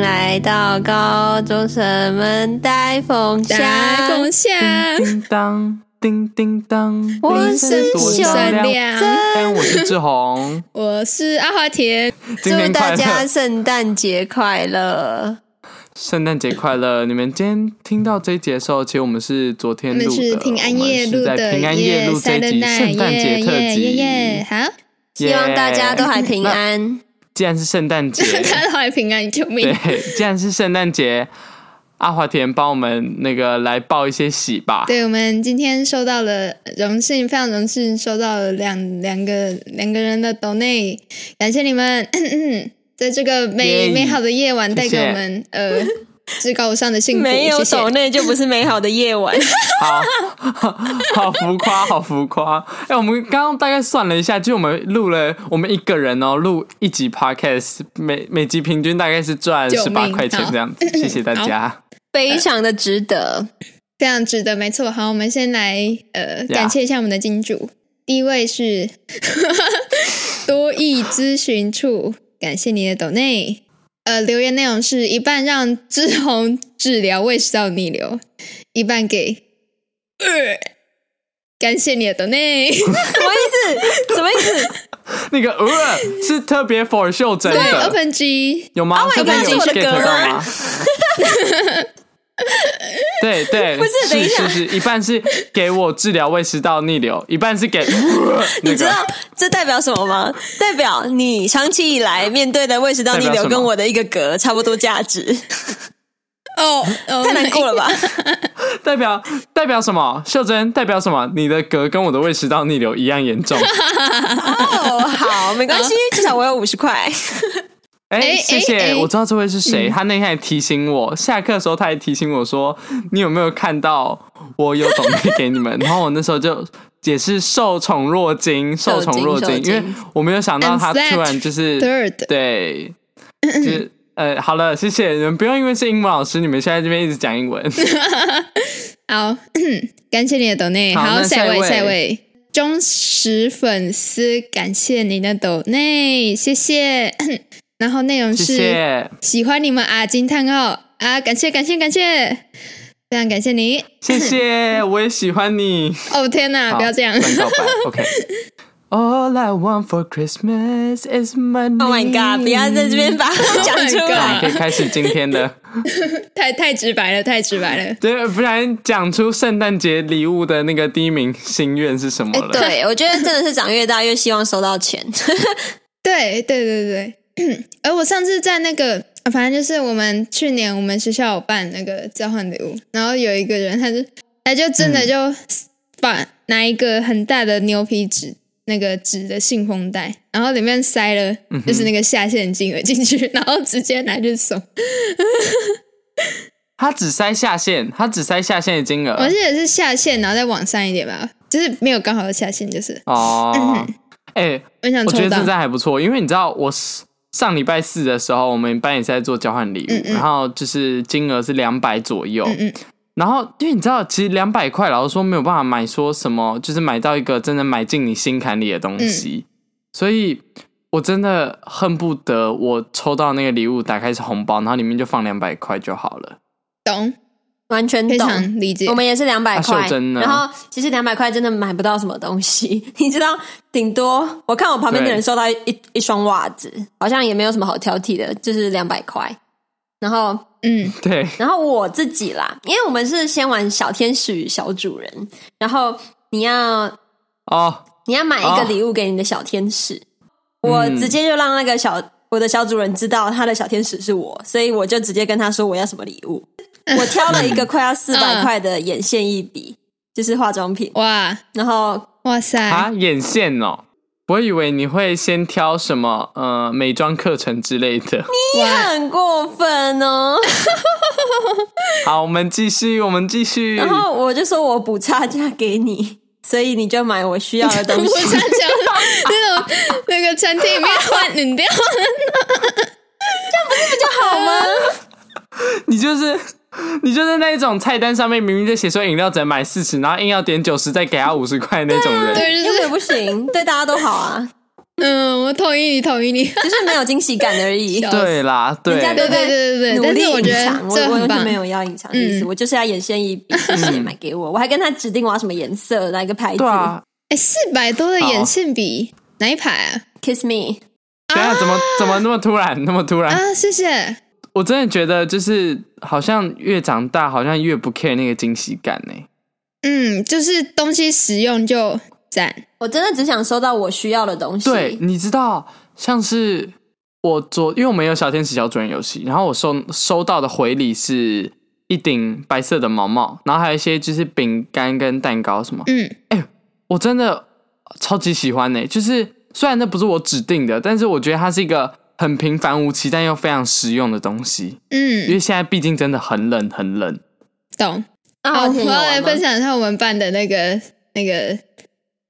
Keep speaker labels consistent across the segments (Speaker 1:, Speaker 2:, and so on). Speaker 1: 来到高中生们呆风箱，
Speaker 2: 风向，
Speaker 3: 叮当，叮叮当，
Speaker 1: 我
Speaker 3: 铃声
Speaker 1: 是
Speaker 3: 多
Speaker 1: 熊
Speaker 3: 闪
Speaker 2: 亮
Speaker 3: 亮。哎我是志宏，
Speaker 2: 我是阿华田，
Speaker 3: 今
Speaker 1: 祝
Speaker 3: 天
Speaker 1: 大
Speaker 3: 快
Speaker 1: 家
Speaker 3: 乐，
Speaker 1: 圣诞节快乐！
Speaker 3: 圣诞节快乐！你们今天听到这一节的时候，其实我们是昨天录的，
Speaker 2: 我们是平安夜录
Speaker 3: 我们是
Speaker 2: 的，
Speaker 3: 在平安夜录这一集圣诞节特
Speaker 2: 耶耶耶，
Speaker 3: 辑。
Speaker 2: 好，
Speaker 1: 希望大家都还平
Speaker 3: 耶
Speaker 1: 安。
Speaker 3: 既然是圣诞节，
Speaker 2: 大家都还平安，救命！
Speaker 3: 对，既然是圣诞节，阿华田帮我们那个来报一些喜吧。
Speaker 2: 对，我们今天收到了荣幸，非常荣幸收到了两两个两个人的 d o n a 感谢你们， 在这个美
Speaker 3: 耶
Speaker 2: 美好的夜晚带给
Speaker 3: 谢谢
Speaker 2: 我们呃至高无上的幸 福，
Speaker 1: 没有
Speaker 2: 谢谢
Speaker 1: 手内就不是美好的夜晚。
Speaker 3: 好，啊 好浮夸，好浮夸。哎、我们刚刚大概算了一下，就我们录了，我们一个人哦，录一集 podcast，每每集平均大概是赚
Speaker 2: 救
Speaker 3: 十
Speaker 2: 命
Speaker 3: 八块钱这样子。
Speaker 1: 嗯
Speaker 3: 谢谢大家，
Speaker 1: 非常的值得。
Speaker 2: 非常值得，没错。好，我们先来呃
Speaker 3: Yeah
Speaker 2: 感谢一下我们的金主，第一位是 多益咨询处，感谢你的抖内。呃，留言内容是一半让志宏治疗胃食道逆流，一半给，呃、感谢你的抖 内，
Speaker 1: 什么意思？什么意思？
Speaker 3: 那个偶尔是特别 for 秀珍
Speaker 2: 对
Speaker 3: 的，
Speaker 2: ，Open G，
Speaker 3: 有吗？这
Speaker 1: Oh my
Speaker 3: 边
Speaker 1: god，
Speaker 3: 有
Speaker 1: 是我的
Speaker 3: get
Speaker 1: 歌
Speaker 3: 到吗？对对，
Speaker 1: 不是等一
Speaker 3: 是
Speaker 1: 下
Speaker 3: 是是，一半是给我治疗胃食道逆流，一半是给 那
Speaker 1: 你知
Speaker 3: 个
Speaker 1: 道这代表什么吗？代表你长期以来面对的胃食道逆
Speaker 3: 代
Speaker 1: 流
Speaker 3: 表什么
Speaker 1: 跟我的一个格差不多价值，
Speaker 2: 哦，哦
Speaker 1: 太难过了吧？
Speaker 3: 代表代表什么？秀珍代表什么？你的嗝跟我的胃食道逆流一样 严 重。
Speaker 1: 哦，好，没关系，至少我有五十块。
Speaker 3: 哎、
Speaker 2: 哎
Speaker 3: 谢
Speaker 2: 哎
Speaker 3: 谢，
Speaker 2: 哎
Speaker 3: 我知道这位是
Speaker 1: 嗯
Speaker 3: 谁。他那天还提醒我，下课的时候他还提醒我说：“你有没有看到我有懂内给你们？”然后我那时候就也是受宠若惊， 受宠若
Speaker 1: 受
Speaker 3: 惊，
Speaker 1: 惊
Speaker 3: 因为我没有想到
Speaker 2: And
Speaker 3: 他
Speaker 2: that
Speaker 3: 突然就是
Speaker 2: ，Third，
Speaker 3: 对，
Speaker 1: 嗯
Speaker 3: 就是呃，好了，谢谢你们，不用因为是英文老师，你们现在这边一直讲英文。
Speaker 2: 好， 感谢你的抖内。
Speaker 3: 好
Speaker 2: 好，
Speaker 3: 那
Speaker 2: 下
Speaker 3: 下
Speaker 2: 一
Speaker 3: 一
Speaker 2: 位，
Speaker 3: 位
Speaker 2: 下一位，忠实粉丝，感谢你的抖内，谢谢。 然后内容
Speaker 3: 谢
Speaker 2: 是
Speaker 3: 谢，
Speaker 2: 喜欢你们啊，惊叹号啊，感谢感谢感谢，非常感谢你。
Speaker 3: 谢谢，我也喜欢你。
Speaker 2: 哦天哪，
Speaker 3: 好
Speaker 2: 不要这样。
Speaker 3: 算告白，OK。All I want for Christmas is money.
Speaker 1: Oh my god！不要在这边把它讲出
Speaker 2: 嗯 Oh my
Speaker 3: 那我
Speaker 1: 来
Speaker 3: 们。可以开始今天的，
Speaker 2: 太太直白了，太直白了。
Speaker 3: 对，不然讲出圣诞节礼物的那个第一名心愿是什么
Speaker 1: 哎、
Speaker 3: 了？
Speaker 1: 对，我觉得真的是长越大越希望收到钱。
Speaker 2: 对对对对，而我上次在那个，啊反正就是我们去年我们学校有办那个交换礼物，然后有一个人他就他就真
Speaker 3: 嗯
Speaker 2: 的就把拿一个很大的牛皮纸那个纸的信封袋，然后里面塞了
Speaker 3: 嗯
Speaker 2: 就是那个下线金额进去， 然后直接拿去送，
Speaker 3: 他只塞下限，他只塞下限的金
Speaker 2: 我
Speaker 3: 额
Speaker 2: 记得是下线，然后再往上一点吧，就是没有刚好的下线，就是
Speaker 1: 嗯
Speaker 3: 哦。哎，
Speaker 2: 我想
Speaker 3: 我觉
Speaker 2: 抽
Speaker 3: 得这
Speaker 2: 到
Speaker 3: 真，的还不错，因为你知道我是上礼拜四的时候，我们班也是在做交换礼
Speaker 2: 嗯
Speaker 3: 物，
Speaker 2: 嗯
Speaker 3: 然后就是金额是两百左右，
Speaker 2: 嗯嗯，
Speaker 3: 然后，因为你知道，其实两百块，老实说没有办法买说什么，就是买到一个真的买进你心坎里的东西。
Speaker 2: 嗯
Speaker 3: 所以我真的恨不得我抽到那个礼物，打开是红包，然后里面就放两百块就好了。
Speaker 2: 懂，
Speaker 1: 完全
Speaker 2: 非
Speaker 1: 懂。
Speaker 2: 常理解
Speaker 1: 我。们也是两百
Speaker 3: 啊
Speaker 1: 块
Speaker 3: 袖珍，呢
Speaker 1: 然后其实两百块真的买不到什么东西， 你知道，顶多我看我旁边的人
Speaker 3: 对
Speaker 1: 收到一一一双袜子，好像也没有什么好挑剔的，就是两百块。然后，
Speaker 2: 嗯，
Speaker 3: 对，
Speaker 1: 然后我自己啦，因为我们是先玩小天使与小主人，然后你要
Speaker 3: 哦，
Speaker 1: 你要买一个
Speaker 3: 哦
Speaker 1: 礼物给你的小天使，我
Speaker 3: 嗯
Speaker 1: 直接就让那个小我的小主人知道他的小天使是我，所以我就直接跟他说我要什么礼物。我挑了一个快要四百块的眼线一笔，就是化妆品，
Speaker 2: 哇
Speaker 1: 然后
Speaker 2: 哇塞，
Speaker 3: 啊，眼线哦，我以为你会先挑什么呃美妆课程之类的。
Speaker 2: 哇，
Speaker 1: 很过分哦。
Speaker 3: 好，我们继续，我们继续。
Speaker 1: 然后我就说我补差价给你，所以你就买我需 要的
Speaker 2: 我
Speaker 1: 东西。
Speaker 2: 想讲那种那个餐厅里 面换饮料，
Speaker 3: 你就是你就是那一种菜单上面明明就写说饮料只能买四十，然后硬要点九十再给他五十块那种人。
Speaker 2: 对，就
Speaker 1: 又没有
Speaker 2: 是
Speaker 1: 不行，对大家都好啊。
Speaker 2: 嗯，我同意你，同意你。
Speaker 1: 就是没有惊喜感而已。
Speaker 2: 笑
Speaker 3: 对啦，对
Speaker 1: 人家
Speaker 2: 对对对对对，
Speaker 1: 努
Speaker 2: 但
Speaker 1: 力
Speaker 2: 是我觉
Speaker 1: 隐
Speaker 2: 得
Speaker 1: 藏，我
Speaker 2: 这
Speaker 1: 我
Speaker 2: 很
Speaker 1: 完全
Speaker 2: 棒
Speaker 1: 没。有要隐藏的意思，
Speaker 2: 嗯
Speaker 1: 我就是要眼线 一笔，谢谢买给我，我还跟他指定我要什么颜色，哪一个牌子。
Speaker 3: 对啊，
Speaker 2: 哎，四百多的
Speaker 3: 好
Speaker 2: 眼线笔哪一排啊？
Speaker 1: Kiss me，
Speaker 3: 等一下怎么怎么那么突然，那么突然？
Speaker 2: 啊，谢谢。
Speaker 3: 我真的觉得就是好像越长大，好像越不 care 那个惊喜感欸呢、
Speaker 2: 嗯，就是东西实用就赞。
Speaker 1: 我真的只想收到我需要的东西。
Speaker 3: 对，你知道，像是我昨，因为我们有小天使小主人游戏，然后我收收到的回礼是一顶白色的毛毛，然后还有一些就是饼干跟蛋糕什么，哎
Speaker 2: 嗯，
Speaker 3: 我真的超级喜欢呢、欸就是虽然那不是我指定的，但是我觉得它是一个很平凡无奇，但又非常实用的东西。因
Speaker 2: 嗯，
Speaker 3: 为现在毕竟真的很冷，很冷。
Speaker 2: 懂。
Speaker 1: 啊，
Speaker 2: 哦好，
Speaker 1: 我
Speaker 2: 我
Speaker 1: 天有
Speaker 2: 要来
Speaker 1: 玩吗
Speaker 2: 分享一下我们办的那个那个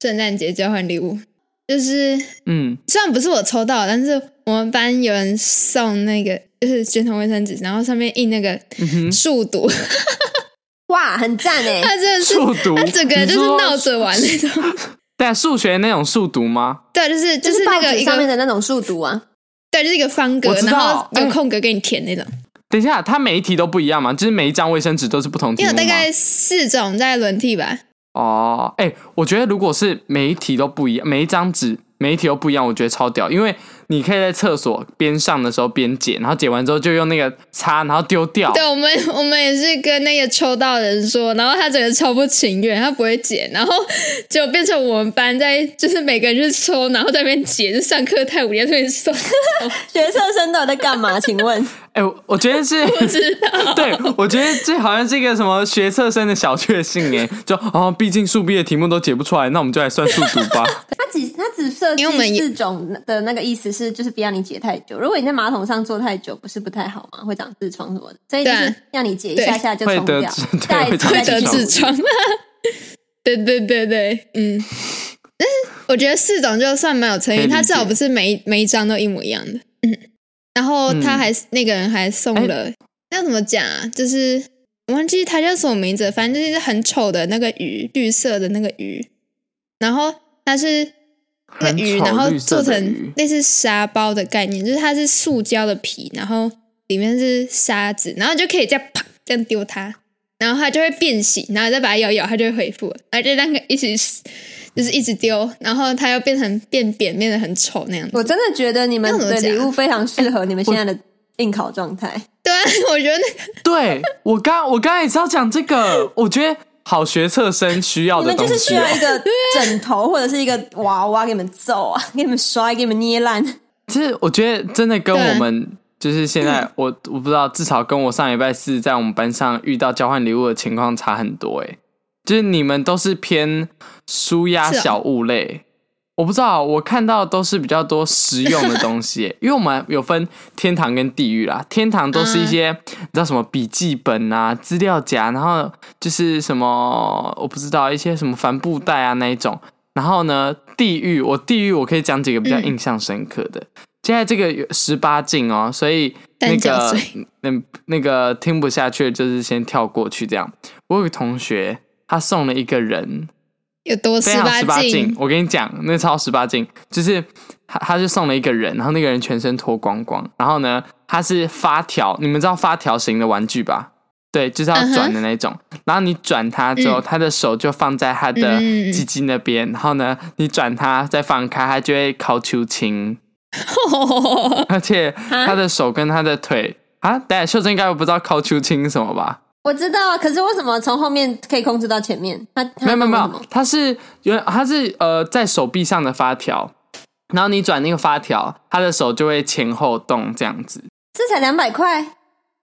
Speaker 2: 圣诞节交换礼物，就是
Speaker 3: 嗯，
Speaker 2: 虽然不是我抽到，但是我们班有人送那个就是卷筒卫生纸，然后上面印那个
Speaker 3: 嗯
Speaker 2: 数独，
Speaker 1: 哇，很赞哎！
Speaker 2: 他真的是
Speaker 3: 数独，
Speaker 2: 他整个人就是闹着玩
Speaker 3: 你
Speaker 2: 那
Speaker 3: 说。
Speaker 2: 种，
Speaker 3: 对啊，数学那种数独吗？
Speaker 2: 对， 啊就是
Speaker 1: 就是
Speaker 2: 那
Speaker 1: 报
Speaker 2: 个
Speaker 1: 纸
Speaker 2: 一
Speaker 1: 上面
Speaker 2: 个
Speaker 1: 的那种数独 啊，
Speaker 2: 对，就是一个方格
Speaker 3: 我，知道
Speaker 2: 然后有
Speaker 3: 嗯
Speaker 2: 空格给你填那种，
Speaker 3: 等一下，它每一题都不一样嘛，就是每一张卫生纸都是不同题
Speaker 2: 因为
Speaker 3: 目
Speaker 2: 有
Speaker 3: 吗
Speaker 2: 大概四种在轮替吧，
Speaker 3: 哦，哎、我觉得如果是每一题都不一样，每一张纸每一题都不一样，我觉得超屌，因为你可以在厕所边上的时候边解，然后解完之后就用那个擦，然后丢掉。
Speaker 2: 对我们，我们也是跟那个抽到的人说，然后他整个超不情愿，他不会解，然后就变成我们班在就是每个人去抽，然后在那边解，就上课太无聊，所以抽。
Speaker 1: 学测生到底在干嘛？请问，
Speaker 3: 哎、我我觉得是，对，我觉得这好像是一个什么学测生的小确幸哎，就哦，毕竟数 B 的题目都解不出来，那我们就来算数独 吧。
Speaker 1: 他只他只设
Speaker 2: 因为我们
Speaker 1: 计四种的那个意思是，就是不要你解太久。如果你在马桶上坐太久，不是不太好吗？会长痔疮什么的，所以就
Speaker 2: 对
Speaker 1: 是
Speaker 2: 啊
Speaker 1: 让你解一
Speaker 2: 对
Speaker 1: 下下就
Speaker 3: 会
Speaker 1: 冲
Speaker 3: 得
Speaker 1: 掉
Speaker 3: 痔，对
Speaker 1: 下一
Speaker 3: 会
Speaker 1: 次
Speaker 3: 长
Speaker 2: 会
Speaker 1: 再
Speaker 2: 得
Speaker 1: 去
Speaker 3: 痔
Speaker 1: 冲
Speaker 2: 痔疮。 对对对对，嗯。但是我觉得四种就算蛮有诚
Speaker 3: 可以
Speaker 2: 意，
Speaker 3: 理解
Speaker 2: 他至少不是每一每一张都一模一样的。嗯，然后他还、那个人还送
Speaker 3: 嗯哎
Speaker 2: 了，那怎么讲啊？就是我忘记他叫什么名字，反正就是很丑的那个鱼，绿色的那个鱼，然后它是那
Speaker 3: 很
Speaker 2: 个鱼，
Speaker 3: 丑
Speaker 2: 然后
Speaker 3: 绿色
Speaker 2: 做
Speaker 3: 的
Speaker 2: 成
Speaker 3: 鱼
Speaker 2: 类似沙包的概念，就是它是塑胶的皮，然后里面是沙子，然后你就可以这样啪这样丢它，然后它就会变形，然后再把它咬咬，它就会恢复，而且那个一起就是一直丢，然后它又变成变扁，变得很丑那样子。
Speaker 1: 我真的觉得你们
Speaker 2: 那我
Speaker 1: 的
Speaker 2: 怎么
Speaker 1: 礼
Speaker 2: 讲
Speaker 1: 物非常适合你们现在的应考状态。
Speaker 2: 对啊，我觉得那个
Speaker 3: 对我刚我刚才也是要讲这个，我觉得好学测生需要
Speaker 1: 你
Speaker 3: 的
Speaker 1: 们
Speaker 3: 东
Speaker 1: 就
Speaker 3: 西、哦啊
Speaker 1: 是需要一个枕头 或者是一个娃娃给你们揍啊，给你们摔，给你们捏烂。
Speaker 3: 其实我觉得真的跟我们就是现在，我我不知道，至少跟我上礼拜四在我们班上遇到交换礼物的情况差很多、欸。就是你们都是偏舒压
Speaker 2: 是哦
Speaker 3: 小物类，我不知道，我看到都是比较多实用的东西欸、因为我们有分天堂跟地狱啦。天堂都是一些、你知道什么笔记本啊、资料夹，然后就是什么我不知道一些什么帆布袋啊那一种。然后呢，地狱我地狱我可以讲几个比较印象深刻的。现在这个十八禁哦，所以那
Speaker 2: 三角
Speaker 3: 个
Speaker 2: 锥
Speaker 3: 那那个听不下去，就是先跳过去这样。我有个同学，他送了一个人，
Speaker 2: 有多
Speaker 3: 非
Speaker 2: 十
Speaker 3: 常十八禁
Speaker 2: 禁。，
Speaker 3: 我跟你讲，那超十八禁，就是他他就送了一个人，然后那个人全身脱光光，然后呢，他是发条，你们知道发条型的玩具吧？对，就是要
Speaker 2: 嗯哼
Speaker 3: 转的那种。然后你转它之后，
Speaker 2: 嗯
Speaker 3: 他的手就放在他的
Speaker 2: 嗯嗯嗯
Speaker 3: 鸡鸡那边，然后呢，你转它再放开，它就会烤球青。而且
Speaker 2: 啊
Speaker 3: 他的手跟他的腿啊，等一下秀珍应该不知道靠秋青是什么吧？
Speaker 1: 我知道啊，可是为什么从后面可以控制到前面？他他
Speaker 2: 嗯
Speaker 3: 没有没有没
Speaker 1: 弄
Speaker 3: 有
Speaker 1: 什么，
Speaker 3: 它是原它是呃在手臂上的发条，然后你转那个发条，他的手就会前后动这样子。
Speaker 1: 这才两百块，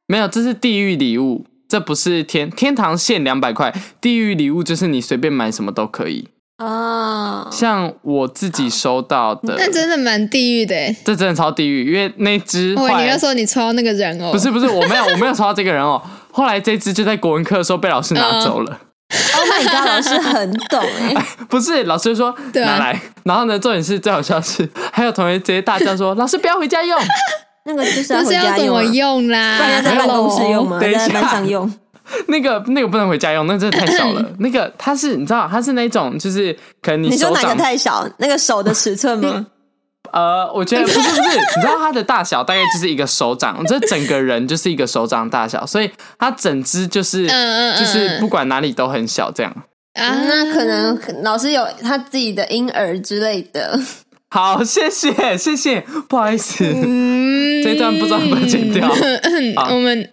Speaker 3: 没有，这是地狱礼物，这不是天天堂限两百块，地狱礼物就是你随便买什么都可以。
Speaker 1: 哦，
Speaker 3: 像我自己收到的，
Speaker 2: 那真的蛮地狱的欸。
Speaker 3: 这真的超地狱，因为那只
Speaker 2: 我以
Speaker 3: 坏
Speaker 2: 为你
Speaker 3: 了
Speaker 2: 要说你抽到那个人哦偶，
Speaker 3: 不是不是，我没有我没有抽到这个人哦。后来这只就在国文课的时候被老师拿走了，
Speaker 1: Oh my god，老师很懂 哎、
Speaker 3: 不是老师就说
Speaker 2: 对啊
Speaker 3: 拿来。然后呢，重点是最好笑的是，还有同学直接大 叫说：“老师不要回家用
Speaker 1: 那个就是要
Speaker 2: 那
Speaker 1: 回
Speaker 2: 是要
Speaker 1: 家
Speaker 2: 怎
Speaker 1: 用、
Speaker 2: 么
Speaker 1: 啊，
Speaker 2: 用啦？
Speaker 1: 不然要在
Speaker 3: 啊
Speaker 1: 办公室用吗？
Speaker 3: Hello
Speaker 1: 在班上用，
Speaker 3: 那个那个不能回家用，那真的太 少了。那个它是你知道它是那种就是可能
Speaker 1: 你
Speaker 3: 手
Speaker 1: 说哪
Speaker 3: 掌
Speaker 1: 个太小？那个手的尺寸吗？
Speaker 3: 呃，我觉得不是不是，你知道它的大小大概就是一个手掌， 这整个人就是一个手掌大小，所以它整只就是
Speaker 2: 嗯嗯嗯
Speaker 3: 就是不管哪里都很小这样。
Speaker 2: 啊，
Speaker 1: 那可能老师有他自己的婴儿之类的，
Speaker 3: 好，谢谢谢谢，不好意思，
Speaker 2: 嗯
Speaker 3: 这一段不知道有没有 剪掉。啊
Speaker 2: 我们。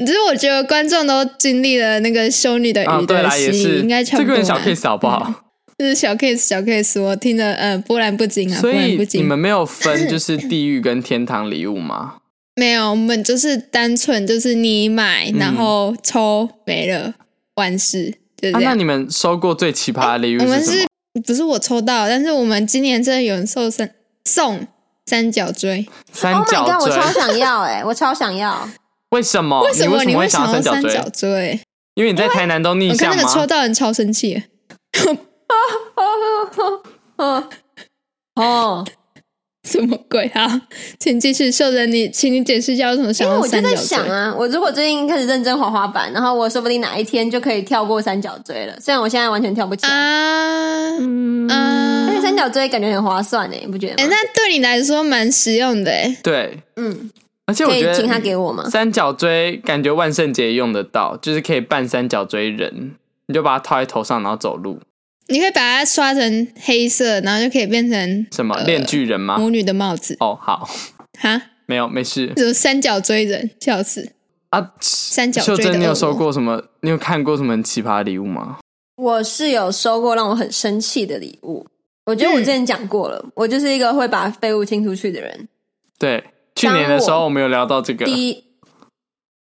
Speaker 2: 只是我觉得观众都经历了那个修女的
Speaker 3: 啊，
Speaker 2: 鱼
Speaker 3: 对
Speaker 2: 的
Speaker 3: 啦，也
Speaker 2: 洗礼，
Speaker 3: 是，
Speaker 2: 应该差
Speaker 3: 这
Speaker 2: 不
Speaker 3: 个
Speaker 2: 多吧。
Speaker 3: 人小 case 好不好？
Speaker 2: 这是小 case 小 case，我听得呃波澜不惊啊，波
Speaker 3: 所
Speaker 2: 澜
Speaker 3: 以
Speaker 2: 不
Speaker 3: 你
Speaker 2: 惊。
Speaker 3: 们没有分就是地狱跟天堂礼物 吗？
Speaker 2: 没有，我们就是单纯就是你买，
Speaker 3: 嗯
Speaker 2: 然后抽没了，完事就这
Speaker 3: 啊，那
Speaker 2: 样。
Speaker 3: 你们收过最奇葩的礼物
Speaker 2: 哎我们
Speaker 3: 什么？
Speaker 2: 不是我抽到，但是我们今年真的有人送三送三角锥，
Speaker 3: 三
Speaker 1: Oh my
Speaker 3: 角
Speaker 1: god！我
Speaker 3: 锥？
Speaker 1: 超想要哎、我超想要。
Speaker 3: 为什么？
Speaker 2: 为什
Speaker 3: 你为
Speaker 2: 你
Speaker 3: 么
Speaker 2: 会
Speaker 3: 会想
Speaker 2: 想
Speaker 3: 要
Speaker 2: 要
Speaker 3: 三角
Speaker 2: 三
Speaker 3: 锥？
Speaker 2: 角锥？
Speaker 3: 因为你在台南都逆
Speaker 2: 我看
Speaker 3: 向
Speaker 2: 那
Speaker 3: 吗
Speaker 2: 个？抽到的人超生气的，
Speaker 1: 嗯， 哦，
Speaker 2: 什么鬼啊？请继续，秀人，你请你解释一下为什么想
Speaker 1: 因为
Speaker 2: 要
Speaker 1: 我就
Speaker 2: 三角
Speaker 1: 在
Speaker 2: 锥
Speaker 1: 想？啊，我如果最近开始认真滑滑板，然后我说不定哪一天就可以跳过三角锥了。虽然我现在完全跳不起来，
Speaker 2: 啊，嗯，
Speaker 1: 但是
Speaker 2: 哎、
Speaker 1: 三角锥感觉很划算哎、你不觉得吗？
Speaker 2: 那对你来说蛮实用的哎。
Speaker 3: 对，
Speaker 1: 嗯，
Speaker 3: 而且我
Speaker 1: 可以
Speaker 3: 觉
Speaker 1: 请他给
Speaker 3: 得
Speaker 1: 我吗？
Speaker 3: 三角锥感觉万圣节用得到，就是可以扮三角锥人，你就把它套在头上，然后走路，
Speaker 2: 你可以把它刷成黑色，然后就可以变成
Speaker 3: 什么
Speaker 2: 呃
Speaker 3: 链锯人吗？
Speaker 2: 母女的帽子
Speaker 3: 哦，好，
Speaker 2: 哈，
Speaker 3: 没有，没事
Speaker 2: 就是三角锥人，笑死！
Speaker 3: 啊。
Speaker 2: 三角
Speaker 3: 秀
Speaker 2: 锥的
Speaker 3: 珍，你有
Speaker 2: 恶魔
Speaker 3: 收过什么？你有看过什么很奇葩的礼物吗？
Speaker 1: 我是有收过让我很生气的礼物。我觉得我之前讲过了，我就是一个会把废物清出去的人。
Speaker 3: 对，去年的时
Speaker 1: 当
Speaker 3: 候
Speaker 1: 我
Speaker 3: 我们有聊到这
Speaker 2: 嗯
Speaker 3: 个，
Speaker 1: 第一，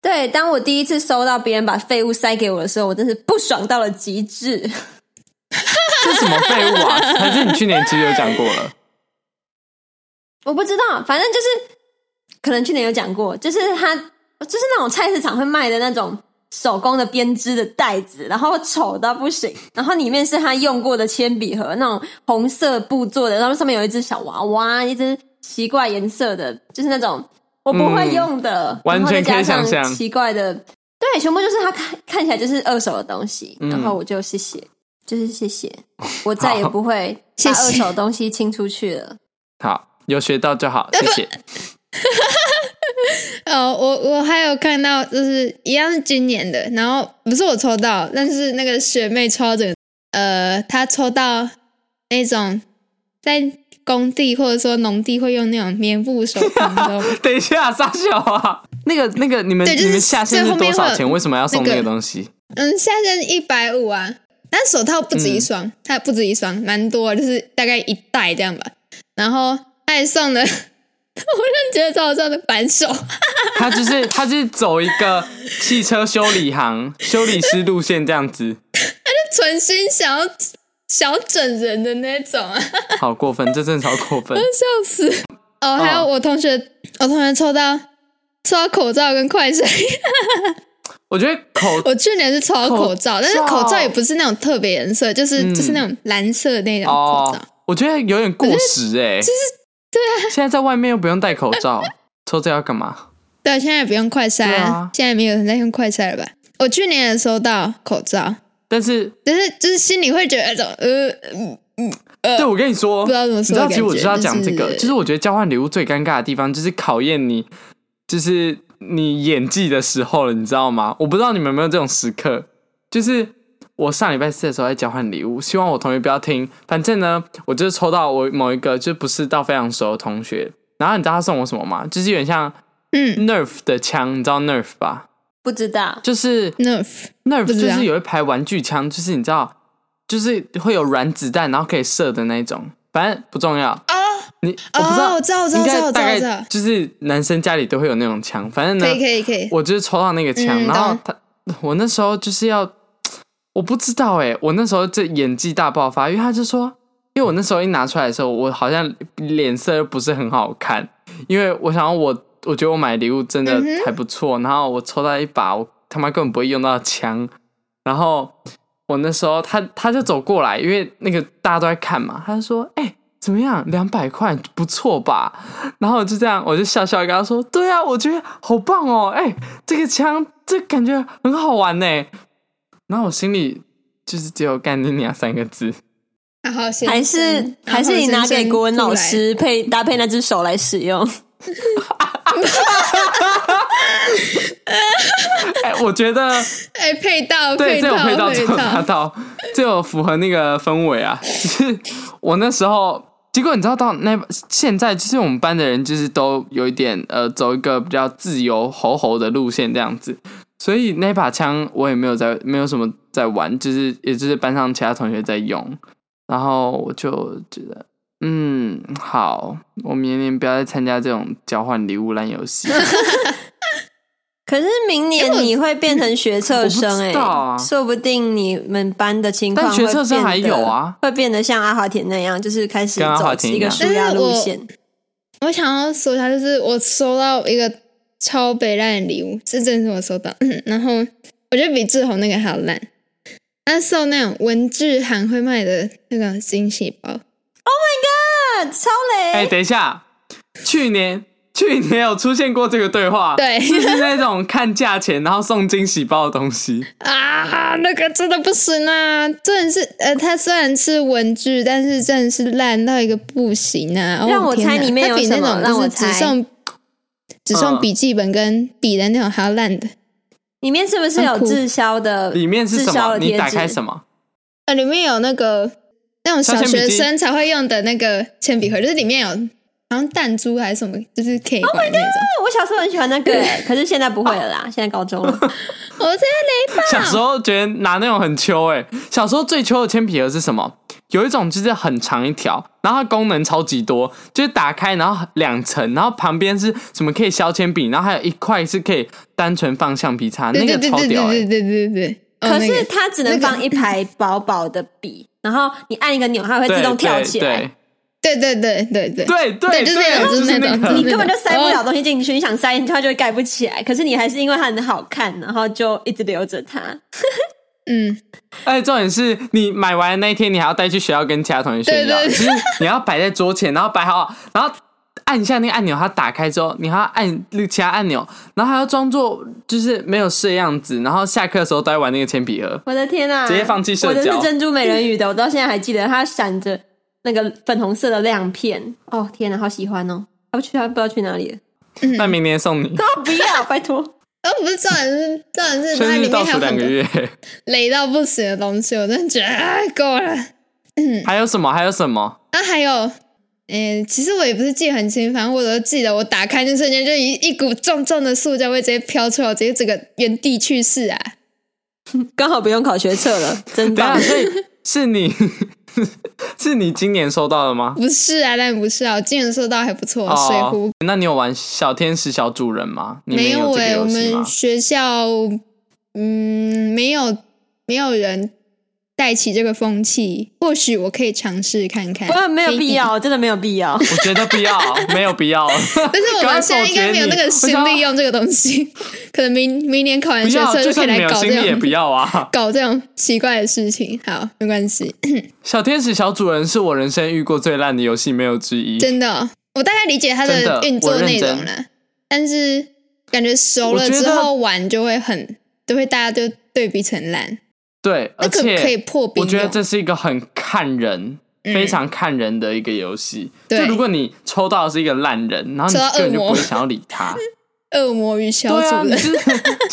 Speaker 1: 对，当我第一次收到别人把废物塞给我的时候，我真是不爽到了极致。
Speaker 3: 这什么废物啊？ 还是你去年其实有讲过了？
Speaker 1: 我不知道，反正就是可能去年有讲过，就是他就是那种菜市场会卖的那种手工的编织的袋子，然后丑到不行，然后里面是他用过的铅笔盒，那种红色布做的，然后上面有一只小娃娃，一只奇怪颜色的，就是那种我不会用的，
Speaker 3: 嗯
Speaker 1: 然后再
Speaker 3: 完全可
Speaker 1: 加
Speaker 3: 以想
Speaker 1: 上
Speaker 3: 象
Speaker 1: 奇怪的，对，全部就是他看看起来就是二手的东西，
Speaker 3: 嗯
Speaker 1: 然后我就谢谢，就是谢谢，我再也
Speaker 3: 好
Speaker 1: 不会把
Speaker 2: 谢谢
Speaker 1: 二手东西清出去了。
Speaker 3: 好，有学到 就好，谢谢。
Speaker 2: 哦，我我还有看到，就是一样是今年的，然后不是我抽到，但是那个学妹抽到这个，呃，她抽到那种在工地或者说农地会用那种棉布手套，你知道吗？
Speaker 3: 等一下，傻小啊，那个那个，你们
Speaker 2: 对就是
Speaker 3: 你们下线
Speaker 2: 最
Speaker 3: 是
Speaker 2: 后面
Speaker 3: 多少
Speaker 2: 会
Speaker 3: 钱？为什么要送
Speaker 2: 那个
Speaker 3: 那个东西？
Speaker 2: 嗯，下身一百五啊，但手套不止一双，它不止一双，蛮多，就是大概一袋这样吧。然后他还送了，我就觉得超好笑的扳 手，
Speaker 3: 他就是他就是走一个汽车修理行、修理师路线这样子，
Speaker 2: 存心想要小整人的那种啊，笑
Speaker 3: 好过分，这真的超过分。
Speaker 2: 死！哦，还有
Speaker 3: 哦
Speaker 2: 我同学，我同学抽到抽到口罩跟快水，
Speaker 3: 我觉得口
Speaker 2: 我去年是抽到口罩，但是
Speaker 3: 口罩
Speaker 2: 口罩也不是那种特别颜色，就是、
Speaker 3: 嗯
Speaker 2: 就是那种蓝色的那种口罩。
Speaker 3: 哦，我觉得有点过时哎、就是对啊，现在在外面又不用戴口罩，抽这要干嘛？
Speaker 2: 对，现在也不用快筛
Speaker 3: 对
Speaker 2: 啊，
Speaker 3: 啊
Speaker 2: 现在没有人在用快筛了吧？我去年也收到口罩，
Speaker 3: 但是
Speaker 2: 但是就是心里会觉得那种呃，嗯
Speaker 3: 对，我跟你说，
Speaker 2: 不知道怎么说
Speaker 3: 哦你知道，
Speaker 2: 的
Speaker 3: 其实我
Speaker 2: 感觉
Speaker 3: 知道讲这
Speaker 2: 就
Speaker 3: 个，
Speaker 2: 是
Speaker 3: 就是我觉得交换礼物最尴尬的地方，就是考验你，就是你演技的时候了，你知道吗？我不知道你们有没有这种时刻，就是我上礼拜四的时候在交换礼物，希望我同学不要听。反正呢，我就是抽到我某一个就不是到非常熟的同学，然后你知道他送我什么吗？就是有点像
Speaker 2: 嗯
Speaker 3: Nerf 的枪，你知道 Nerf 吧？
Speaker 1: 不知道，
Speaker 3: 就是
Speaker 2: ，nerf，
Speaker 3: Nerf
Speaker 2: 不
Speaker 3: 就
Speaker 2: 知道
Speaker 3: 是有一排玩具枪，就是你知道，就是会有软子弹，然后可以射的那一种。反正不重要啊，你我不知道，
Speaker 2: 哦我知道我知道
Speaker 3: 应
Speaker 2: 我知
Speaker 3: 该
Speaker 2: 道我知道
Speaker 3: 大概
Speaker 2: 我知道
Speaker 3: 就是男生家里都会有那种枪。反正呢
Speaker 2: 可，以可以可以，
Speaker 3: 我就是抽到那个枪，
Speaker 2: 嗯
Speaker 3: 然后
Speaker 2: 懂
Speaker 3: 他，我那时候就是要，我不知道哎、我那时候这演技大爆发，因为他就说，因为我那时候一拿出来的时候，我好像脸色又不是很好看，因为我想要我，我觉得我买礼物真的
Speaker 2: 嗯哼
Speaker 3: 还不错，然后我抽到一把，我他妈根本不会用到枪，然后我那时候他他就走过来，因为那个大家都在看嘛，他就说，哎、怎么样？两百块不错吧？然后我就 这样，我就笑笑地跟他说：“对啊，我觉得好棒哦，哎、这个枪这感觉很好玩呢。”然后我心里就是只有“干你娘”三个字，
Speaker 2: 好好先生，
Speaker 1: 还是
Speaker 2: 好好
Speaker 1: 还是你拿
Speaker 2: 先
Speaker 1: 给
Speaker 2: 生
Speaker 1: 国文老
Speaker 2: 出来，
Speaker 1: 师配搭配那只手来使用？
Speaker 3: 哎、我觉得
Speaker 2: 哎，配到
Speaker 3: 对，
Speaker 2: 配
Speaker 3: 这有
Speaker 2: 到
Speaker 3: 配到，这
Speaker 2: 配
Speaker 3: 有拿
Speaker 2: 到，
Speaker 3: 到， 这有符合那个氛围啊。 就是我那时候，结果你知道到那现在，就是我们班的人就是都有一点呃，走一个比较自由猴猴的路线这样子，所以那把枪我也没有在，没有什么在玩，就是也就是班上其他同学在用，然后我就觉得。嗯，好，我明年不要再参加这种交换礼物烂游戏。
Speaker 1: 可是明年你会变成学测生
Speaker 3: 我不
Speaker 1: 哎、
Speaker 3: 知道啊
Speaker 1: 说不定你们班的情况
Speaker 3: 但学测生
Speaker 1: 会变得
Speaker 3: 还有啊，
Speaker 1: 会变得像阿华田那样，就是开始
Speaker 3: 跟阿华
Speaker 1: 走
Speaker 3: 田一
Speaker 1: 一个
Speaker 3: 样
Speaker 1: 舒压路线。
Speaker 2: 我想要说一下，就是我收到一个超北烂的礼物，是真的是我收到， 然后我觉得比志宏那个还要烂。他送那种文具行会卖的那个惊喜包，
Speaker 1: 啊，超雷！
Speaker 3: 哎、等一下，去年去年有出现过这个对话，
Speaker 2: 对
Speaker 3: 就是那种看价钱然后送惊喜包的东西，
Speaker 2: 啊，那个真的不行啊！真的是，呃，它虽然是文具，但是真的是烂到一个不行啊！哦
Speaker 1: 让我
Speaker 2: 天
Speaker 1: 猜
Speaker 2: 哪
Speaker 1: 里面
Speaker 2: 它
Speaker 1: 有
Speaker 2: 比
Speaker 1: 什
Speaker 2: 那
Speaker 1: 么
Speaker 2: 种
Speaker 1: 让
Speaker 2: 就
Speaker 1: 我
Speaker 2: 是只
Speaker 1: 猜
Speaker 2: 送只
Speaker 3: 嗯
Speaker 2: 送笔记本跟笔的那种还要烂的，
Speaker 1: 里面是不是有
Speaker 2: 很酷
Speaker 1: 滞销的？
Speaker 3: 里面是什
Speaker 1: 滞销
Speaker 3: 么？
Speaker 1: 的
Speaker 3: 你
Speaker 1: 贴
Speaker 3: 打开
Speaker 1: 纸？
Speaker 3: 什么？
Speaker 2: 呃，里面有那个那种
Speaker 3: 削
Speaker 2: 小
Speaker 3: 铅笔
Speaker 2: 学
Speaker 3: 机
Speaker 2: 生才会用的那个铅笔盒，就是里面有好像弹珠还是什么，就是可以
Speaker 1: ，Oh
Speaker 2: 玩的那种。
Speaker 1: 我小时候很喜欢那个、哎可是现在不会了啦，现在高中了。
Speaker 2: 我在雷吧，
Speaker 3: 小时候觉得拿那种很秋哎、小时候最秋的铅笔盒是什么？有一种就是很长一条，然后它功能超级多，就是打开然后两层，然后旁边是什么可以削铅笔，然后还有一块是可以单纯放橡皮擦，
Speaker 2: 对
Speaker 3: 那
Speaker 2: 对
Speaker 3: 个
Speaker 2: 对
Speaker 3: 超
Speaker 2: 对
Speaker 3: 屌哎、
Speaker 2: 对对对对对。哦
Speaker 1: 可
Speaker 2: 那
Speaker 1: 是
Speaker 2: 个
Speaker 1: 它只能放一排薄薄的笔，然后你按一个钮，它会
Speaker 3: 对
Speaker 1: 自动跳起来。
Speaker 2: 对对对对对，
Speaker 3: 对对
Speaker 2: 对就是那
Speaker 3: 对，
Speaker 2: 种就是那
Speaker 3: 那
Speaker 2: 种
Speaker 3: 个
Speaker 1: 你根本就塞不了东西进去，你想塞它就会盖不起来。可是你还是因为它很好看，然后就一直留着它。
Speaker 2: 嗯，
Speaker 3: 而且重点是你买完那一天，你还要带去学校跟其他同学炫耀，
Speaker 2: 对对对
Speaker 3: 就是你要摆在桌前，然后摆好，然后按一下那个按钮，它打开之后，你还要按其他按钮，然后还要装作就是没有事的样子，然后下课的时候都在玩那个铅笔盒。
Speaker 1: 我的天啊！
Speaker 3: 直接放弃社交
Speaker 1: 我的是珍珠美人鱼的，我到现在还记得它闪着那个粉红色的亮片。哦天啊，好喜欢哦！它不去，它不知道去哪里了。
Speaker 2: 嗯
Speaker 3: 那明年送你，
Speaker 1: 啊，不要，拜托！
Speaker 2: 哦，不是重点是重点是它
Speaker 3: 生
Speaker 2: 里
Speaker 3: 日
Speaker 2: 面
Speaker 3: 倒
Speaker 2: 还有
Speaker 3: 数两
Speaker 2: 很
Speaker 3: 个
Speaker 2: 多
Speaker 3: 月，
Speaker 2: 雷到不行的东西，我真的觉得哎够了。嗯
Speaker 3: 还有什么？还有什么？
Speaker 2: 那还有，嗯，其实我也不是记得很清，反正我都记得，我打开那瞬间就一一股重重的塑胶味直接飘出来，我直接整个原地去世啊！
Speaker 1: 刚好不用考学测了，真
Speaker 3: 等一
Speaker 1: 棒
Speaker 3: 下，！啊所以是你 是你今年收到的吗？
Speaker 2: 不是啊，但不是啊，我今年收到还不错，水壶
Speaker 3: 哦，那你有玩小天使小主人吗？你
Speaker 2: 没
Speaker 3: 们有这
Speaker 2: 哎、
Speaker 3: 个
Speaker 2: 我
Speaker 3: 游戏吗
Speaker 2: 们？学校嗯没有没有人带起这个风气，或许我可以尝试看看。
Speaker 1: 不，没有必要，真的没有必要。
Speaker 3: 我觉得不要，没有必 要。
Speaker 2: 但是我
Speaker 3: 赶快
Speaker 2: 们现在应该没有那个
Speaker 3: 否决
Speaker 2: 心
Speaker 3: 你
Speaker 2: 力用这个东西， 可能明明年考完
Speaker 3: 不
Speaker 2: 学
Speaker 3: 要，
Speaker 2: 测
Speaker 3: 就
Speaker 2: 可以
Speaker 3: 算你
Speaker 2: 来
Speaker 3: 没有
Speaker 2: 搞
Speaker 3: 心
Speaker 2: 这
Speaker 3: 力也
Speaker 2: 种！
Speaker 3: 不要啊
Speaker 2: 搞这种奇怪的事情。好，没关系，
Speaker 3: 小天使小主人是我人生遇过最烂的游戏，没有之一。
Speaker 2: 真的，我大概理解它
Speaker 3: 真的
Speaker 2: 运作
Speaker 3: 我认
Speaker 2: 内容
Speaker 3: 真
Speaker 2: 了，但是感觉熟
Speaker 3: 我
Speaker 2: 了
Speaker 3: 觉
Speaker 2: 之
Speaker 3: 得
Speaker 2: 后玩就会很，就会大家就对比成烂。
Speaker 3: 对，而
Speaker 2: 那可不
Speaker 3: 且
Speaker 2: 可以破冰哦
Speaker 3: 我觉得
Speaker 2: 用
Speaker 3: 这是一个很看人、
Speaker 2: 嗯
Speaker 3: 非常看人的一个游戏。
Speaker 2: 对
Speaker 3: 就如果你抽到的是一个烂人，然后
Speaker 2: 抽
Speaker 3: 你
Speaker 2: 到恶
Speaker 3: 根本就不
Speaker 2: 魔
Speaker 3: 会想要理 他。
Speaker 2: 恶魔与小
Speaker 3: 对啊，
Speaker 2: 主
Speaker 3: 你
Speaker 2: 人，
Speaker 3: 是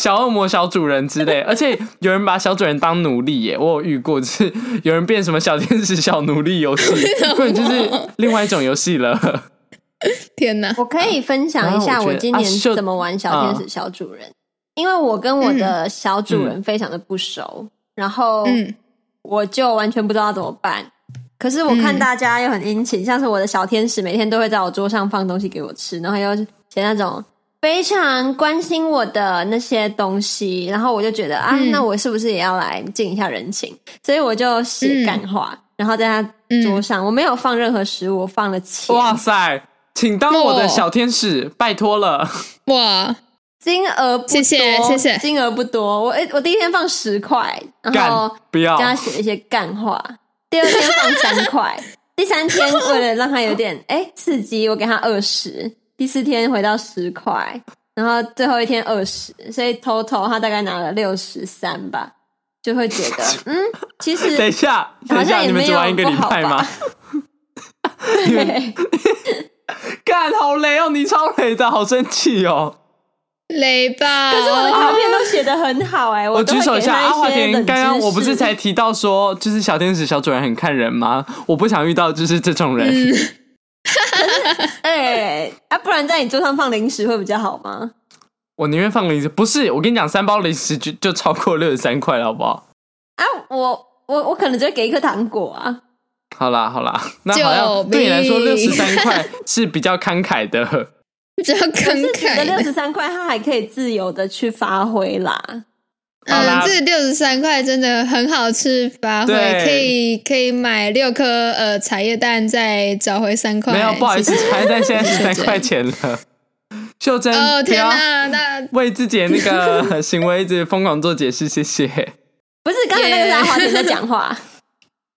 Speaker 3: 小恶魔、小主人之类。而且有人把小主人当奴隶耶，我有遇过，就是有人变什么小天使、小奴隶游 戏，根本就是另外一种游戏了。
Speaker 2: 天
Speaker 3: 哦
Speaker 2: 哪！
Speaker 1: 我可以分享一下
Speaker 3: 啊我觉
Speaker 1: 我
Speaker 3: 得
Speaker 1: 今年
Speaker 3: 啊秀
Speaker 1: 怎么玩小天使小主人，因为我跟我的小主人非常的不熟，然后
Speaker 2: 嗯，
Speaker 1: 我就完全不知道怎么办。可是我看
Speaker 2: 嗯
Speaker 1: 大家又很殷勤，像是我的小天使每天都会在我桌上放东西给我吃，然后又写那种非常关心我的那些东西，然后我就觉得啊，
Speaker 2: 嗯
Speaker 1: 那我是不是也要来尽一下人情？所以我就写
Speaker 2: 嗯
Speaker 1: 干话，然后在他桌上，我没有放任何食物，我放了钱。
Speaker 3: 哇塞！请当我的小天使，拜托了。
Speaker 2: 哇，
Speaker 1: 金额不多，
Speaker 2: 谢谢谢谢
Speaker 1: 金额不多。我诶我第一天放十块，然
Speaker 3: 干
Speaker 1: 后
Speaker 3: 不要
Speaker 1: 跟他写了一些干话。第二天放三 块，第三天为了让他有点诶刺激，我给他二十。第四天回到十块，然后最后一天二十，所以 total 他大概拿了六十三吧。就会觉 得，嗯，其实
Speaker 3: 等一下，等
Speaker 1: 好
Speaker 3: 一下，
Speaker 1: 像
Speaker 3: 你
Speaker 1: 也
Speaker 3: 们
Speaker 1: 没
Speaker 3: 只
Speaker 1: 有
Speaker 3: 玩一个
Speaker 1: 不
Speaker 3: 礼
Speaker 1: 好
Speaker 3: 拜
Speaker 1: 吧
Speaker 3: 吗？
Speaker 1: 对，
Speaker 3: 干，好雷哦，你超雷的，好生气哦！
Speaker 2: 雷吧？
Speaker 1: 可是我的卡片都写的很好哎、
Speaker 3: 我
Speaker 1: 都
Speaker 3: 举
Speaker 1: 会
Speaker 3: 手一
Speaker 1: 给
Speaker 3: 下，
Speaker 1: 他
Speaker 3: 阿华
Speaker 1: 一些
Speaker 3: 田，
Speaker 1: 冷
Speaker 3: 刚刚
Speaker 1: 知
Speaker 3: 我不是
Speaker 1: 识
Speaker 3: 才提到说，就是小天使小主人很看人吗？我不想遇到就是这种人。
Speaker 1: 嗯
Speaker 2: 嗯
Speaker 1: 哎、啊，不然在你桌上放零食会比较好吗？
Speaker 3: 我宁愿放零食，不是我跟你讲，三包零食就就超过六十三块了，好不好？
Speaker 1: 啊，我我我可能就会给一颗糖果啊，
Speaker 3: 好啦好啦，那好
Speaker 2: 救
Speaker 3: 像
Speaker 2: 命
Speaker 3: 对你来说六十三块是比较慷慨 的。
Speaker 2: 比较
Speaker 1: 是
Speaker 2: 慷
Speaker 1: 觉得六
Speaker 2: 慨。
Speaker 1: 十三块它还可以自由的去发挥啦。
Speaker 3: 好
Speaker 2: 嗯
Speaker 3: 啦，
Speaker 2: 这六十三块真的很好吃，发挥
Speaker 3: 对
Speaker 2: 可以可以买六颗呃茶叶蛋，再找回三块。
Speaker 3: 没有，不好意思
Speaker 2: 谢谢，
Speaker 3: 彩蛋现在十三块 钱了。秀珍，
Speaker 2: 哦
Speaker 3: 不
Speaker 2: 天
Speaker 3: 要
Speaker 2: 哪，那
Speaker 3: 为自己的 那个行为一直疯狂做解释，谢谢。
Speaker 1: 不是，刚才那个是阿华田在讲话，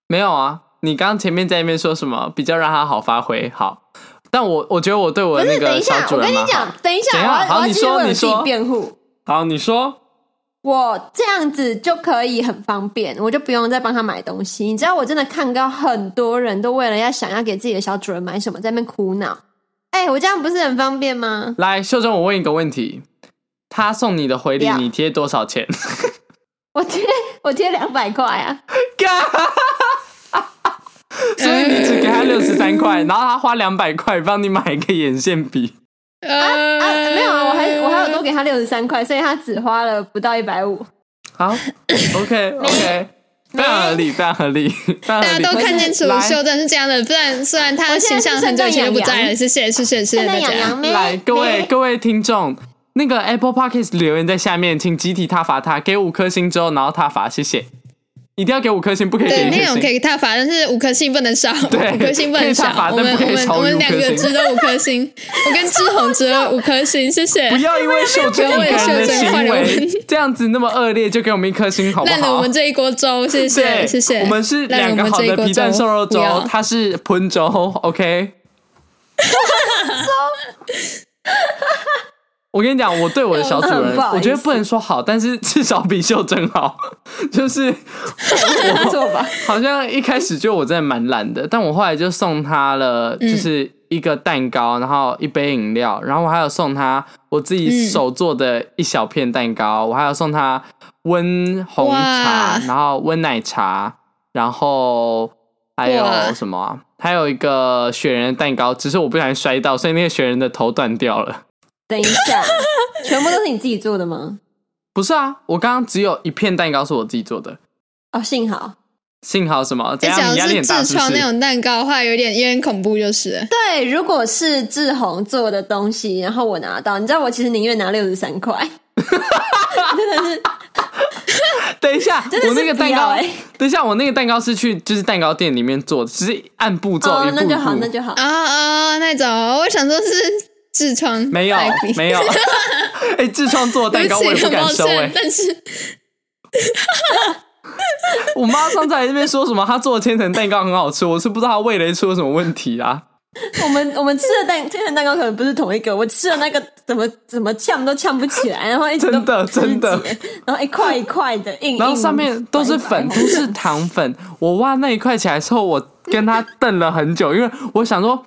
Speaker 3: 没有啊，你刚刚前面在那边说什么比较让他好发挥？好，但我我觉得我对 我的
Speaker 1: 不
Speaker 3: 那
Speaker 1: 是，等
Speaker 3: 个
Speaker 1: 一
Speaker 3: 小
Speaker 1: 下，
Speaker 3: 主
Speaker 1: 我
Speaker 3: 人
Speaker 1: 跟你
Speaker 3: 蛮好
Speaker 1: 讲，等一下，
Speaker 3: 怎样
Speaker 1: 我要
Speaker 3: 好
Speaker 1: 我
Speaker 3: 你
Speaker 1: 要继续
Speaker 3: 说
Speaker 1: 为我
Speaker 3: 你
Speaker 1: 自己
Speaker 3: 说
Speaker 1: 辩护。
Speaker 3: 好，你说
Speaker 1: 我这样子就可以很方便，我就不用再帮他买东西。你知道，我真的看到很多人都为了要想要给自己的小主人买什么，在那边苦恼。 哎、我这样不是很方便吗？
Speaker 3: 来，秀珍，我问一个问题，他送你的回礼
Speaker 1: 不，要
Speaker 3: 你贴多 少钱？
Speaker 1: 我贴 我贴两百块啊！
Speaker 3: 干所以你只给他六十 三块，然后他花两百块帮你买一个眼线笔。
Speaker 1: 啊，
Speaker 2: 呃
Speaker 1: 没有啊，我还我还有多给他六十三块，所以他只花了不到一百五。
Speaker 3: 好，OK OK，非常合理，非常合理，非常合
Speaker 2: 大家
Speaker 3: 理。
Speaker 2: 都看见楚
Speaker 3: 呃来
Speaker 2: 秀珍是这样的，不然虽然她的形象很久以前就不在了，谢谢谢谢谢谢
Speaker 1: 现
Speaker 2: 大
Speaker 1: 在养
Speaker 2: 家。
Speaker 1: 羊咩？
Speaker 3: 来，各 位
Speaker 1: 咩
Speaker 3: 各位听众，那个 Apple Podcast 留言在下面，请集体踏伐他，给五颗星之后，然后踏伐，谢谢。一定要给五颗星，不可以给
Speaker 2: 对，
Speaker 3: 一
Speaker 2: 内
Speaker 3: 颗
Speaker 2: 容可
Speaker 3: 星。
Speaker 2: 以踏伐，但是五颗星不能少，
Speaker 3: 对
Speaker 2: 五颗星不能
Speaker 3: 可以踏伐
Speaker 2: 少。我
Speaker 3: 但
Speaker 2: 们
Speaker 3: 不可以
Speaker 2: 我们
Speaker 3: 超于
Speaker 2: 我们
Speaker 3: 五颗
Speaker 2: 两个
Speaker 3: 星
Speaker 2: 只得五颗星，我跟志宏只得五颗星，谢谢
Speaker 3: 不。要因为秀珍一个人的行为这样子那么恶劣，就给我们一颗星，好不
Speaker 2: 烂了我
Speaker 3: 好
Speaker 2: 们？这一锅粥，谢
Speaker 3: 对，
Speaker 2: 谢谢谢。
Speaker 3: 我们是
Speaker 2: 烂了
Speaker 3: 两个
Speaker 2: 我们
Speaker 3: 好
Speaker 2: 这
Speaker 3: 的
Speaker 2: 一锅
Speaker 3: 皮蛋
Speaker 2: 粥
Speaker 3: 瘦肉
Speaker 2: 不
Speaker 3: 粥
Speaker 2: 要，
Speaker 3: 它是喷粥，OK。我跟你讲，我对我的小主 人
Speaker 1: 嗯不，好
Speaker 3: 我觉得
Speaker 1: 意思
Speaker 3: 不能说好，但是至少比秀珍好，就是
Speaker 1: 不错吧？
Speaker 3: 好像一开始就我真的蛮懒的，但我后来就送他了，
Speaker 2: 嗯
Speaker 3: 就是一个蛋糕，然后一杯饮料，然后我还有送他我自己手做的一小片蛋糕，我还有送他温红茶
Speaker 2: 哇，
Speaker 3: 然后温奶茶，然后还有
Speaker 2: 哇
Speaker 3: 什么啊、还有一个雪人的蛋糕，只是我不小心摔到，所以那个雪人的头断掉了。
Speaker 1: 等一下，全部都是你自己做的吗？
Speaker 3: 不是啊，我刚刚只有一片蛋糕是我自己做的，
Speaker 1: 哦，幸好。
Speaker 3: 幸好什么？怎
Speaker 2: 你
Speaker 3: 样？
Speaker 2: 哎讲
Speaker 3: 你
Speaker 2: 的
Speaker 3: 压力
Speaker 2: 是
Speaker 3: 很大
Speaker 2: 痔
Speaker 3: 是不
Speaker 2: 疮那
Speaker 3: 是？
Speaker 2: 种蛋糕的话，有点有点恐怖，就是了。
Speaker 1: 对，如果是志宏做的东西，然后我拿到，你知道我其实宁愿拿六十三 块，真的 是
Speaker 3: 等一下，
Speaker 1: 真的
Speaker 3: 我那
Speaker 1: 是
Speaker 3: 个
Speaker 1: 不
Speaker 3: 蛋
Speaker 1: 要
Speaker 3: 糕，
Speaker 1: 欸
Speaker 3: 等一下，我那个蛋糕是去就是蛋糕店里面做的，只是按步骤、
Speaker 1: 哦
Speaker 3: 一，步
Speaker 1: 那
Speaker 3: 一
Speaker 1: 就好，那
Speaker 3: 步。
Speaker 1: 就好。
Speaker 2: 啊啊，那种，我想说是痔疮，
Speaker 3: 没有
Speaker 2: likely
Speaker 3: 没有， 哎、痔疮做的蛋
Speaker 2: 对
Speaker 3: 糕
Speaker 2: 不
Speaker 3: 我也
Speaker 2: 起，
Speaker 3: 不
Speaker 2: 很
Speaker 3: 敢
Speaker 2: 抱
Speaker 3: 收哎、
Speaker 2: 歉，但是
Speaker 3: 我妈上次还在那边说什么，她做的千层蛋糕很好吃，我是不知道她味蕾出了什么问题 啊。
Speaker 1: 我们我们吃的蛋千层蛋糕可能不是同一个，我吃的那个怎么怎么呛都呛不起来，然后一直都
Speaker 3: 真的
Speaker 1: 肢
Speaker 3: 真的
Speaker 1: 解，然后一块一块的硬，
Speaker 3: 然后上面都是粉，都是 糖粉。我挖那一块起来之后，我跟他瞪了很久，因为我想说，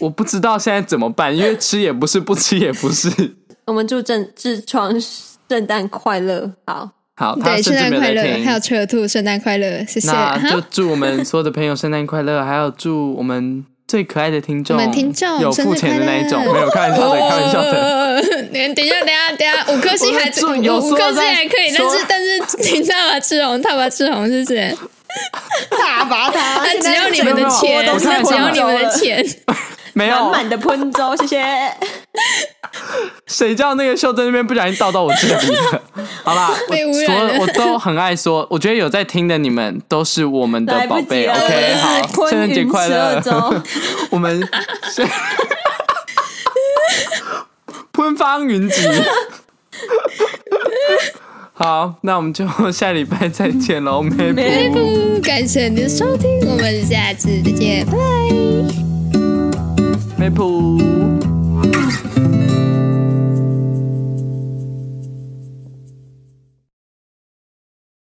Speaker 3: 我不知道现在怎么办，因为吃也不是，不吃也不是。
Speaker 1: 我们祝正痔疮圣诞快乐，好，
Speaker 3: 好，他
Speaker 2: 对，圣
Speaker 3: 甚
Speaker 2: 诞
Speaker 3: 至没有
Speaker 2: 快
Speaker 3: 在
Speaker 2: 乐，
Speaker 3: 听
Speaker 2: 还。有车兔，圣诞快乐，谢谢。
Speaker 3: 那就
Speaker 2: 哈，
Speaker 3: 祝我们所有的朋友圣诞快乐，还有祝我们最可爱的听众，
Speaker 2: 我们听众
Speaker 3: 有付钱的那一种，
Speaker 2: 生日快乐
Speaker 3: 没有开玩笑的，开玩笑的。
Speaker 2: 哦。等等一下，等一下，等一下，五颗星还
Speaker 3: 我们祝有
Speaker 2: 五
Speaker 3: 说
Speaker 2: 五颗星
Speaker 3: 在
Speaker 2: 还可以，但
Speaker 3: 说啊
Speaker 2: 是但是请大把吃红，大把吃红，谢谢。
Speaker 1: 大把 他
Speaker 2: 那只要你
Speaker 3: 整
Speaker 2: 们的
Speaker 3: 个
Speaker 2: 钱
Speaker 3: 活，动
Speaker 2: 那只要你们的
Speaker 1: 都是
Speaker 2: 钱，
Speaker 3: 没
Speaker 1: 满
Speaker 3: 有，
Speaker 1: 满的喷粥，谢谢。
Speaker 3: 谁叫那个秀珍那边不小心倒到我这里 了？好啦，我
Speaker 2: 被污染
Speaker 3: 所
Speaker 2: 了
Speaker 3: 有我都很爱说，我觉得有在听的你们都是我们的
Speaker 1: 来
Speaker 3: 宝
Speaker 1: 不
Speaker 3: 贝。
Speaker 1: 及了
Speaker 3: OK，好，
Speaker 1: 我
Speaker 3: 圣
Speaker 1: 是
Speaker 3: 诞
Speaker 1: 昆
Speaker 3: 节
Speaker 1: 云
Speaker 3: 快
Speaker 1: 十
Speaker 3: 乐
Speaker 1: 二周。
Speaker 3: 我们 是喷方 云集。好，那我们就下礼拜再见喽，
Speaker 1: 嗯
Speaker 3: 妹妹。
Speaker 2: 不感谢您的收听，我们下次再见，拜拜。
Speaker 3: Maple。